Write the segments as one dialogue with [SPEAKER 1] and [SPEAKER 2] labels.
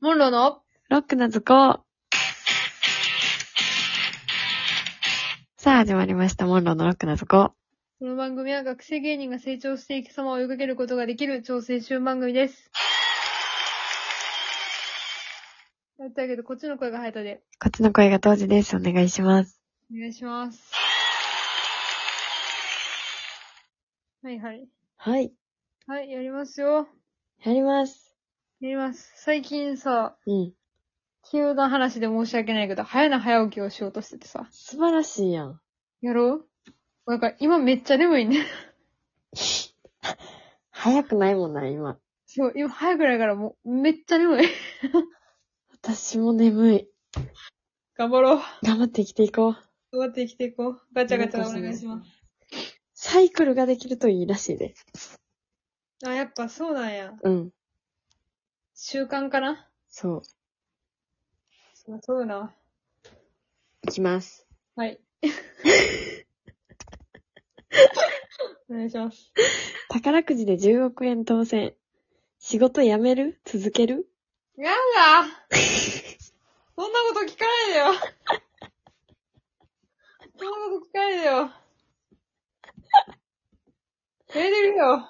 [SPEAKER 1] モンローの
[SPEAKER 2] ロックな図工。さあ、始まりました。モンローのロックな図工。
[SPEAKER 1] この番組は学生芸人が成長していく様を追いかけることができる超青春番組です。やったけど、こっちの声が入ったで。
[SPEAKER 2] こっちの声が当時です。お願いします。
[SPEAKER 1] お願いします。はいはい。
[SPEAKER 2] はい。
[SPEAKER 1] はい、やりますよ。
[SPEAKER 2] やります。
[SPEAKER 1] やります。最近さ、
[SPEAKER 2] うん。
[SPEAKER 1] 急な話で申し訳ないけど、早な早起きをしようとしててさ。
[SPEAKER 2] 素晴らしいやん。
[SPEAKER 1] やろうなんか今めっちゃ眠いね。
[SPEAKER 2] 早くないもんな、今。
[SPEAKER 1] そう、今早くないからもうめっちゃ眠い。
[SPEAKER 2] 私も眠い。
[SPEAKER 1] 頑張ろう。
[SPEAKER 2] 頑張って生きていこう。
[SPEAKER 1] 頑張って生きていこう。ガチャガチャお願いします。
[SPEAKER 2] サイクルができるといいらしいで。
[SPEAKER 1] あ、やっぱそうなんや。
[SPEAKER 2] うん。
[SPEAKER 1] 習慣かな
[SPEAKER 2] そう。
[SPEAKER 1] そうそうな。
[SPEAKER 2] いきます。
[SPEAKER 1] はい。お願いします。
[SPEAKER 2] 宝くじで10億円当選。仕事辞める続ける
[SPEAKER 1] やだそんなこと聞かないでよそんなこと聞かないでよやめてくれよ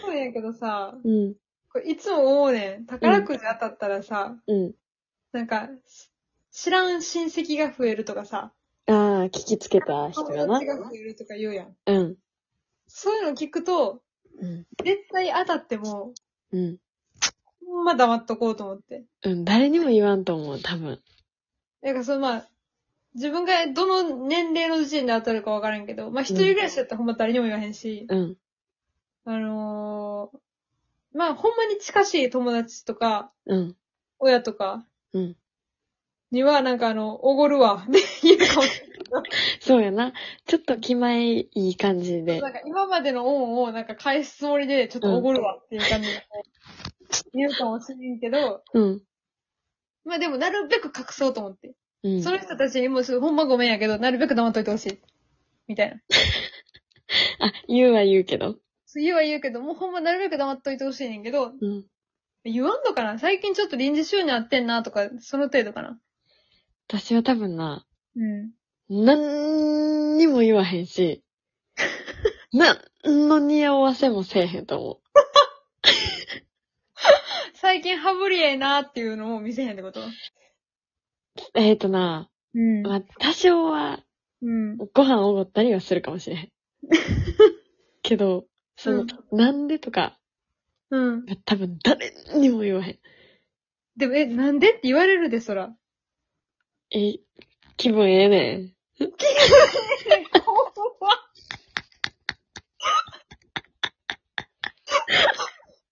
[SPEAKER 1] そうやけどさ、
[SPEAKER 2] うん。
[SPEAKER 1] これいつも思うねん。宝くじ当たったらさ、
[SPEAKER 2] うん。
[SPEAKER 1] なんか、し知らん親戚が増えるとかさ、
[SPEAKER 2] ああ、聞きつけた人が
[SPEAKER 1] 友
[SPEAKER 2] な
[SPEAKER 1] 達。が増えるとか言うやん。
[SPEAKER 2] うん。
[SPEAKER 1] そういうの聞くと、
[SPEAKER 2] うん。
[SPEAKER 1] 絶対当たっても、
[SPEAKER 2] うん。
[SPEAKER 1] ほんま黙っとこうと思って。
[SPEAKER 2] うん、誰にも言わんと思う、多分。
[SPEAKER 1] なんかそのまあ、自分がどの年齢の時点で当たるかわからんけど、まあ一人暮らしだったらほんま誰にも言わへんし、
[SPEAKER 2] うん。
[SPEAKER 1] あのー、まあほんまに近しい友達とか、
[SPEAKER 2] うん。
[SPEAKER 1] 親とか
[SPEAKER 2] うん。
[SPEAKER 1] にはなんかあの、おごるわ って言うかもしれない
[SPEAKER 2] そうやな。ちょっと気前いい感じで
[SPEAKER 1] な。んか今までの恩をなんか返すつもりで、ちょっとおごるわっていう感じで、 言うかもしれんけど、
[SPEAKER 2] うん。
[SPEAKER 1] まあでもなるべく隠そうと思って。
[SPEAKER 2] うん。
[SPEAKER 1] その人たちにもすぐ、ほんまごめんやけど、なるべく黙っといてほしい。みたいな。
[SPEAKER 2] あ、言うは言うけど。
[SPEAKER 1] 次は言うけど、もうほんまなるべく黙っといてほしいねんけど、
[SPEAKER 2] うん。
[SPEAKER 1] 言わんのかな最近ちょっと臨時収入あってんなとか、その程度かな。
[SPEAKER 2] 私は多分な、
[SPEAKER 1] うん。
[SPEAKER 2] なんにも言わへんし、なんの匂わせもせえへんと思
[SPEAKER 1] 最近ハブリええなっていうのを見せへんってこと
[SPEAKER 2] う。えーとな、
[SPEAKER 1] うん
[SPEAKER 2] まあ、多少は
[SPEAKER 1] うん。
[SPEAKER 2] ご飯おごったりはするかもしれへん。けど、その、なんでとか、
[SPEAKER 1] うん。
[SPEAKER 2] 多分誰にも言わへん。
[SPEAKER 1] でも、え、なんでって言われるで、そら。
[SPEAKER 2] え、気分ええねん。
[SPEAKER 1] 怖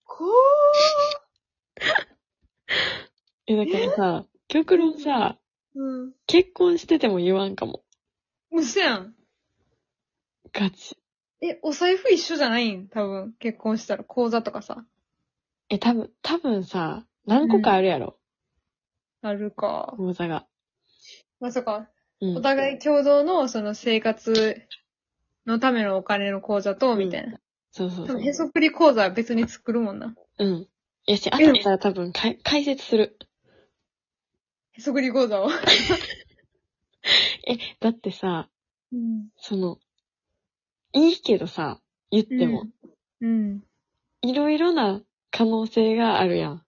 [SPEAKER 1] こ
[SPEAKER 2] え、だからさ、極論さ、
[SPEAKER 1] う。うん。
[SPEAKER 2] 結婚してても言わんかも。
[SPEAKER 1] 嘘やん。
[SPEAKER 2] ガチ。
[SPEAKER 1] え、お財布一緒じゃないん多分。結婚したら、口座とかさ。
[SPEAKER 2] え、多分、多分さ、何個かあるやろ、
[SPEAKER 1] あるか。
[SPEAKER 2] 口座が。
[SPEAKER 1] まさか、
[SPEAKER 2] うん。
[SPEAKER 1] お互い共同の、その生活のためのお金の口座と、
[SPEAKER 2] うん
[SPEAKER 1] みたいな。
[SPEAKER 2] そうそう
[SPEAKER 1] 多
[SPEAKER 2] そう
[SPEAKER 1] 分、。へそくり口座は別に作るもんな。
[SPEAKER 2] うん。いやし、あったら多分かい、解説する。
[SPEAKER 1] へそくり口座を。
[SPEAKER 2] え、だってさ、
[SPEAKER 1] うん。
[SPEAKER 2] その、いいけどさ、言っても、
[SPEAKER 1] うん。
[SPEAKER 2] いろいろな可能性があるやん。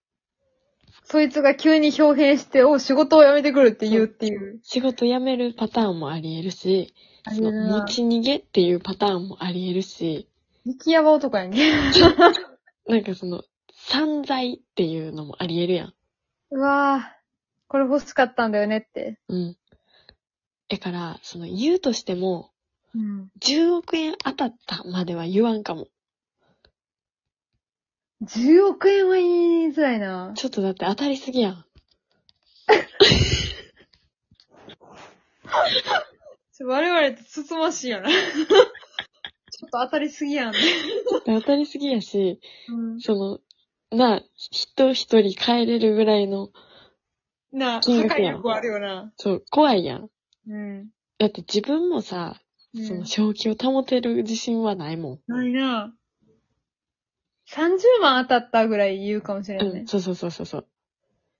[SPEAKER 1] そいつが急に表変して、お、仕事を辞めてくるって言うっていう。
[SPEAKER 2] 仕事辞めるパターンもあり得るし、
[SPEAKER 1] あ
[SPEAKER 2] そ
[SPEAKER 1] れだ
[SPEAKER 2] の、
[SPEAKER 1] な
[SPEAKER 2] 持。ち逃げっていうパターンもあり得るし、
[SPEAKER 1] 激ヤバ男やんけ。
[SPEAKER 2] なんかその、散財っていうのもあり得るやん。
[SPEAKER 1] うわぁ、これ欲しかったんだよねって。
[SPEAKER 2] うん。だから、その言うとしても、
[SPEAKER 1] うん。
[SPEAKER 2] 10億円当たったまでは言わんかも。
[SPEAKER 1] 10億円は言いづらいな
[SPEAKER 2] ちょっとだって当たりすぎやん。
[SPEAKER 1] ちょ我々ってつつましい よな。ちょっと当たりすぎやん、ね。
[SPEAKER 2] 当たりすぎやし、
[SPEAKER 1] うん。
[SPEAKER 2] その、なあ、人一人帰れるぐらいの、
[SPEAKER 1] なあ、破
[SPEAKER 2] 金額
[SPEAKER 1] 壊
[SPEAKER 2] やん
[SPEAKER 1] 力あるよな。
[SPEAKER 2] そう、怖いやん。
[SPEAKER 1] うん。
[SPEAKER 2] だって自分もさ、
[SPEAKER 1] うん
[SPEAKER 2] その正気を保てる自信はないもん。
[SPEAKER 1] ないなぁ。 30万当たったぐらい言うかもしれ
[SPEAKER 2] うん
[SPEAKER 1] ね
[SPEAKER 2] ん、。そうそうそうそうそう。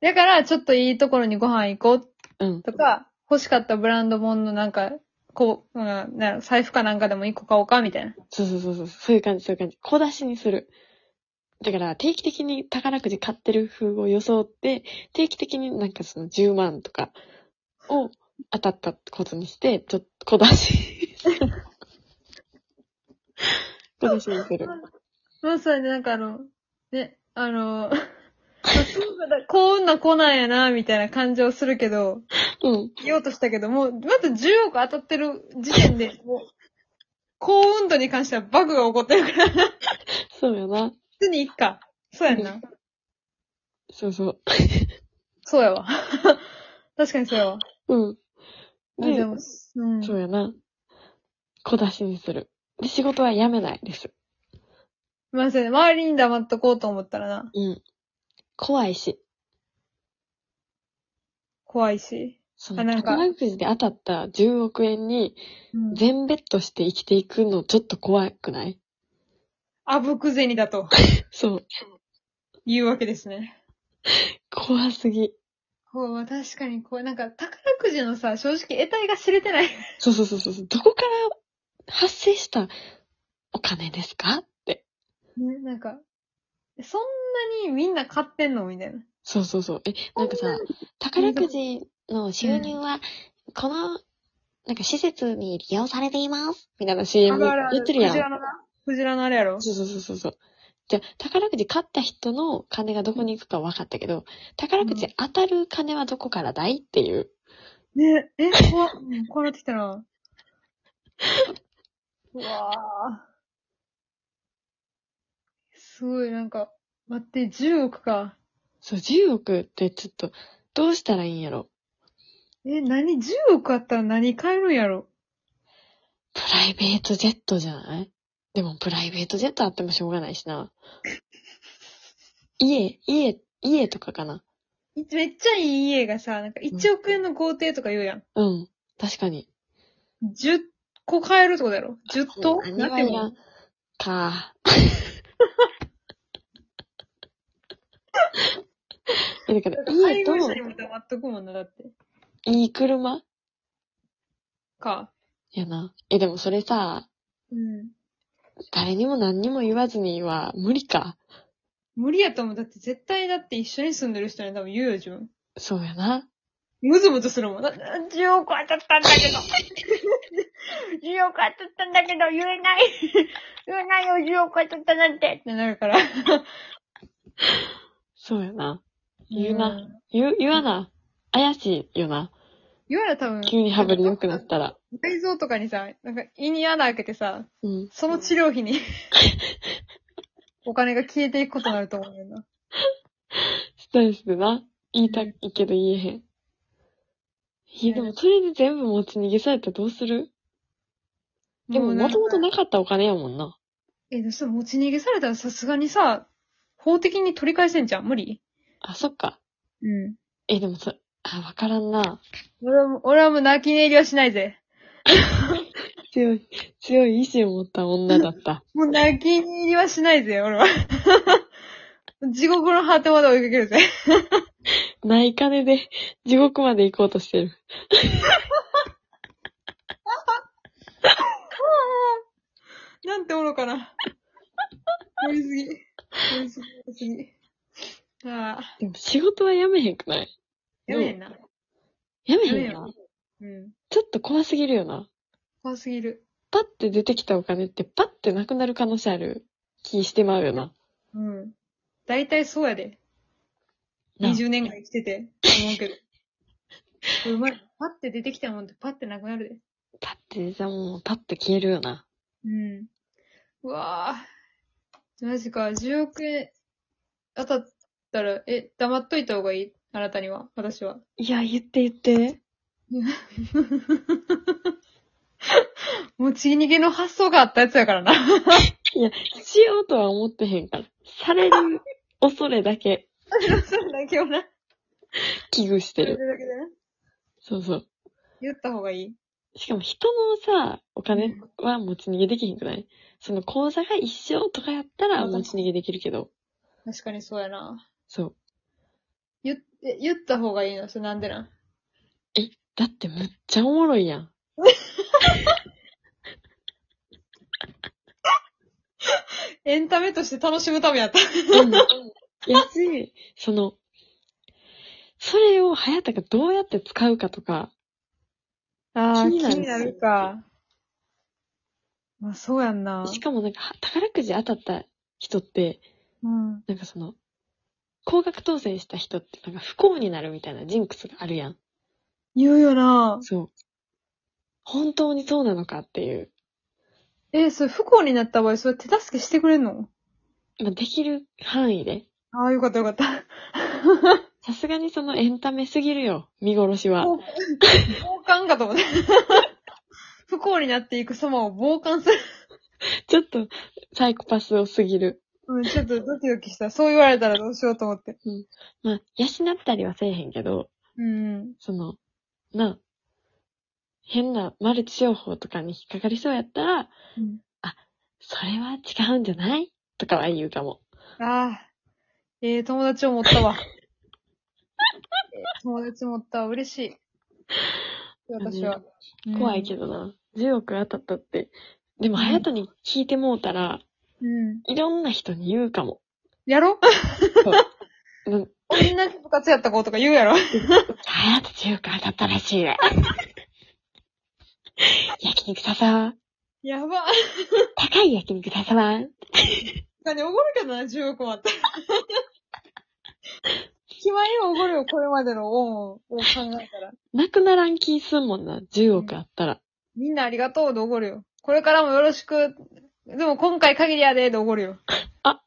[SPEAKER 1] だから、ちょっといいところにご飯行こ
[SPEAKER 2] うん
[SPEAKER 1] う。とか、欲しかったブランド物のなんか、こう、うん、なんやろ財布かなんかでも一個買おうか、みたいな。
[SPEAKER 2] そうそうそうそう。そういう感じ、そういう感じ。小出しにする。だから、定期的に宝くじ買ってる風を装って、定期的になんかその10万とかを当たったことにして、ちょっと小出し。小出しにする。
[SPEAKER 1] まあ、それでなんかあの、ね、あの、 そうだ幸運な子なんやな、みたいな感じをするけど、
[SPEAKER 2] うん。
[SPEAKER 1] 言おうとしたけど、もう、まず10億当たってる時点で、もう、幸運度に関してはバグが起こってるから、
[SPEAKER 2] そうよな。
[SPEAKER 1] 普通に行っか。そうやんな。
[SPEAKER 2] そうそう。
[SPEAKER 1] そうやわ。 確かにそうやわ。
[SPEAKER 2] うん。
[SPEAKER 1] あでも、うん。
[SPEAKER 2] そうやな。小出しにする。で、仕事は辞めないです。
[SPEAKER 1] まあ、そうやね。周りに黙っとこうと思ったらな、
[SPEAKER 2] うん。怖いし。
[SPEAKER 1] 怖いし。
[SPEAKER 2] そ
[SPEAKER 1] あ
[SPEAKER 2] の、
[SPEAKER 1] なんか
[SPEAKER 2] 宝くじで当たった10億円に、
[SPEAKER 1] うん。
[SPEAKER 2] 全ベッドして生きていくのちょっと怖くない
[SPEAKER 1] あぶく銭だと
[SPEAKER 2] そう。
[SPEAKER 1] いうわけですね。
[SPEAKER 2] 怖すぎ。
[SPEAKER 1] こう、まあ確かに、こう、なんか、宝くじのさ、正直、得体が知れてない。
[SPEAKER 2] そうそうそうそう。どこから発生したお金ですかって。
[SPEAKER 1] ね、なんか、そんなにみんな買ってんのみたいな。
[SPEAKER 2] そうそうそう。え、なんかさ、宝くじの収入は、この、なんか施設に利用されています。みたいな CM 言ってるやん
[SPEAKER 1] クジ。ラのな。クジラのあれやろ
[SPEAKER 2] そうそうそうそうそう。じゃあ、宝くじ買った人の金がどこに行くか分かったけど、宝くじ当たる金はどこからだいっていう。
[SPEAKER 1] ね、え、怖っ、うん怖なってきたな。 うわぁ。すごい、なんか、待って、10億か。
[SPEAKER 2] そう、10億ってちょっと、どうしたらいいんやろ。
[SPEAKER 1] え、何 ?10 億あったら何買えるんやろ
[SPEAKER 2] プライベートジェットじゃないでも、プライベートジェットあってもしょうがないしな。家、家、家とかかな。
[SPEAKER 1] いめっちゃいい家がさ、なんか1億円の豪邸とか言うやん。
[SPEAKER 2] うん。確かに。
[SPEAKER 1] 10個買えるってことやろ ?10 棟
[SPEAKER 2] 何
[SPEAKER 1] なん
[SPEAKER 2] が
[SPEAKER 1] て
[SPEAKER 2] い
[SPEAKER 1] も
[SPEAKER 2] ら
[SPEAKER 1] うん
[SPEAKER 2] か。えだから、家と
[SPEAKER 1] 配、偶者にも黙っとくもんな、だって。
[SPEAKER 2] いい車
[SPEAKER 1] か。
[SPEAKER 2] やな。え、でもそれさ、
[SPEAKER 1] うん。
[SPEAKER 2] 誰にも何にも言わずには無理か。
[SPEAKER 1] 無理やと思う。だって絶対だって一緒に住んでる人に多分言うよ、自分。
[SPEAKER 2] そうやな。
[SPEAKER 1] むずむずするもん。な10億当たったんだ けど。10億当たったんだけど、言えない。言えないよ、10億当たったなんて。ってなるから。
[SPEAKER 2] そうやな。言うな
[SPEAKER 1] うん
[SPEAKER 2] 言う、言わな。怪しいよな。
[SPEAKER 1] 言わな、多分。
[SPEAKER 2] 急に羽振り良くなったら。
[SPEAKER 1] 内臓とかにさ、なんか胃に穴開けてさ、
[SPEAKER 2] うん。
[SPEAKER 1] その治療費 に、お金が消えていくことになると思うよな。
[SPEAKER 2] ストレスでな。言いた
[SPEAKER 1] うん
[SPEAKER 2] いけど言えへん。い
[SPEAKER 1] ね
[SPEAKER 2] や、でもそれで全部持ち逃げされたらどうするでも、もともと
[SPEAKER 1] ね。
[SPEAKER 2] なかったお金やもんな。
[SPEAKER 1] え、でもそれ持ち逃げされたらさすがにさ、法的に取り返せんじゃん無理
[SPEAKER 2] あ、そっか。
[SPEAKER 1] うん。
[SPEAKER 2] え、でもそ、あ、わからんな。
[SPEAKER 1] 俺はもう、俺はもう泣き寝入りはしないぜ。
[SPEAKER 2] 強い、強い意志を持った女だ った。
[SPEAKER 1] もう泣き寝入りはしないぜ、俺は。 地獄の果てまで追いかけるぜ。
[SPEAKER 2] ない金で 地獄まで行こうとしてる。
[SPEAKER 1] なんて愚かな。盛りすぎ。盛りすぎ、盛りすぎ。ああ、
[SPEAKER 2] でも仕事は辞めへんくない
[SPEAKER 1] やめへんな。
[SPEAKER 2] 辞めへんよ
[SPEAKER 1] やめ
[SPEAKER 2] な。
[SPEAKER 1] うん。
[SPEAKER 2] ちょっと怖すぎるよな。
[SPEAKER 1] 怖すぎる。
[SPEAKER 2] パッて出てきたお金ってパッてなくなる可能性ある気してまうよな。
[SPEAKER 1] うん。大体そうやで。
[SPEAKER 2] な
[SPEAKER 1] 20年間生きてて、思うけど。 これうまい。パッて出てきたもんってパッてなくなるで。
[SPEAKER 2] パッて出たもんパッて消えるよな。
[SPEAKER 1] うん。うわぁ。マジか、10億円当たったら、え、黙っといた方がいいあなたには、私は。
[SPEAKER 2] いや、言って言って。
[SPEAKER 1] 持ち逃げの発想があったやつやからな。
[SPEAKER 2] いや、しようとは思ってへんから。される恐れだけ
[SPEAKER 1] そうだ、今日な。
[SPEAKER 2] 危惧して
[SPEAKER 1] それだ
[SPEAKER 2] る。
[SPEAKER 1] けでな。
[SPEAKER 2] そうそう。
[SPEAKER 1] 言った方がいい。
[SPEAKER 2] しかも人のさ、お金は持ち逃げできへんくないその口座が一緒とかやったら
[SPEAKER 1] うん
[SPEAKER 2] 持ち逃げできるけど、
[SPEAKER 1] 確かにそうやな。
[SPEAKER 2] そう。
[SPEAKER 1] 言って、言った方がいいのそれなんでなん
[SPEAKER 2] だってむっちゃおもろいや ん。
[SPEAKER 1] エンタメとして楽しむためやった。
[SPEAKER 2] やし、その、それを早田がどうやって使うかとか、
[SPEAKER 1] あ
[SPEAKER 2] ー
[SPEAKER 1] 気になるか。まあ、そうやんな。
[SPEAKER 2] しかもなんかは宝くじ当たった人って、
[SPEAKER 1] うん。
[SPEAKER 2] なんかその、高額当選した人ってなんか不幸になるみたいなジンクスがあるやん。
[SPEAKER 1] 言うよな。
[SPEAKER 2] そう。本当にそうなのかっていう。
[SPEAKER 1] え、それ不幸になった場合、それ手助けしてくれんの
[SPEAKER 2] まあ、できる範囲で。
[SPEAKER 1] ああ、よかったよかった。
[SPEAKER 2] さすがにそのエンタメすぎるよ。見殺しは。
[SPEAKER 1] 傍観かと思 って。不幸になっていく様を傍観する。
[SPEAKER 2] ちょっと、サイコパスをすぎる。
[SPEAKER 1] うん、ちょっとドキドキした。そう言われたらどうしようと思って。
[SPEAKER 2] まあ、養ったりはせえへんけど、
[SPEAKER 1] うん。
[SPEAKER 2] その、なあ、変なマルチ商法とかに引っかかりそうやったら、
[SPEAKER 1] うん
[SPEAKER 2] それは違うんじゃないとかは言うかも。
[SPEAKER 1] ああ。ええ友達を持ったわ。えー友達持ったわ。嬉しい。私は。
[SPEAKER 2] 怖いけどな。10億当たったって。で
[SPEAKER 1] う
[SPEAKER 2] も、
[SPEAKER 1] ん
[SPEAKER 2] 隼人に聞いてもうたら、
[SPEAKER 1] うん。うん。
[SPEAKER 2] いろんな人に言うかも。
[SPEAKER 1] や ろ
[SPEAKER 2] うん
[SPEAKER 1] 同じ部活やった子とか言うやろ。
[SPEAKER 2] 早く中華だったらしいわ。 焼肉だぞ。
[SPEAKER 1] やば。
[SPEAKER 2] 高い焼肉だぞ。
[SPEAKER 1] 他におごるけどな、10億もあって。決まりはおごるよ、これまでの恩をを考えたら。
[SPEAKER 2] なくならん気すんもんな、10億あったら。
[SPEAKER 1] みんなありがとうでおごるよ。これからもよろしく。でも今回限りやで、でおごるよ。
[SPEAKER 2] あ、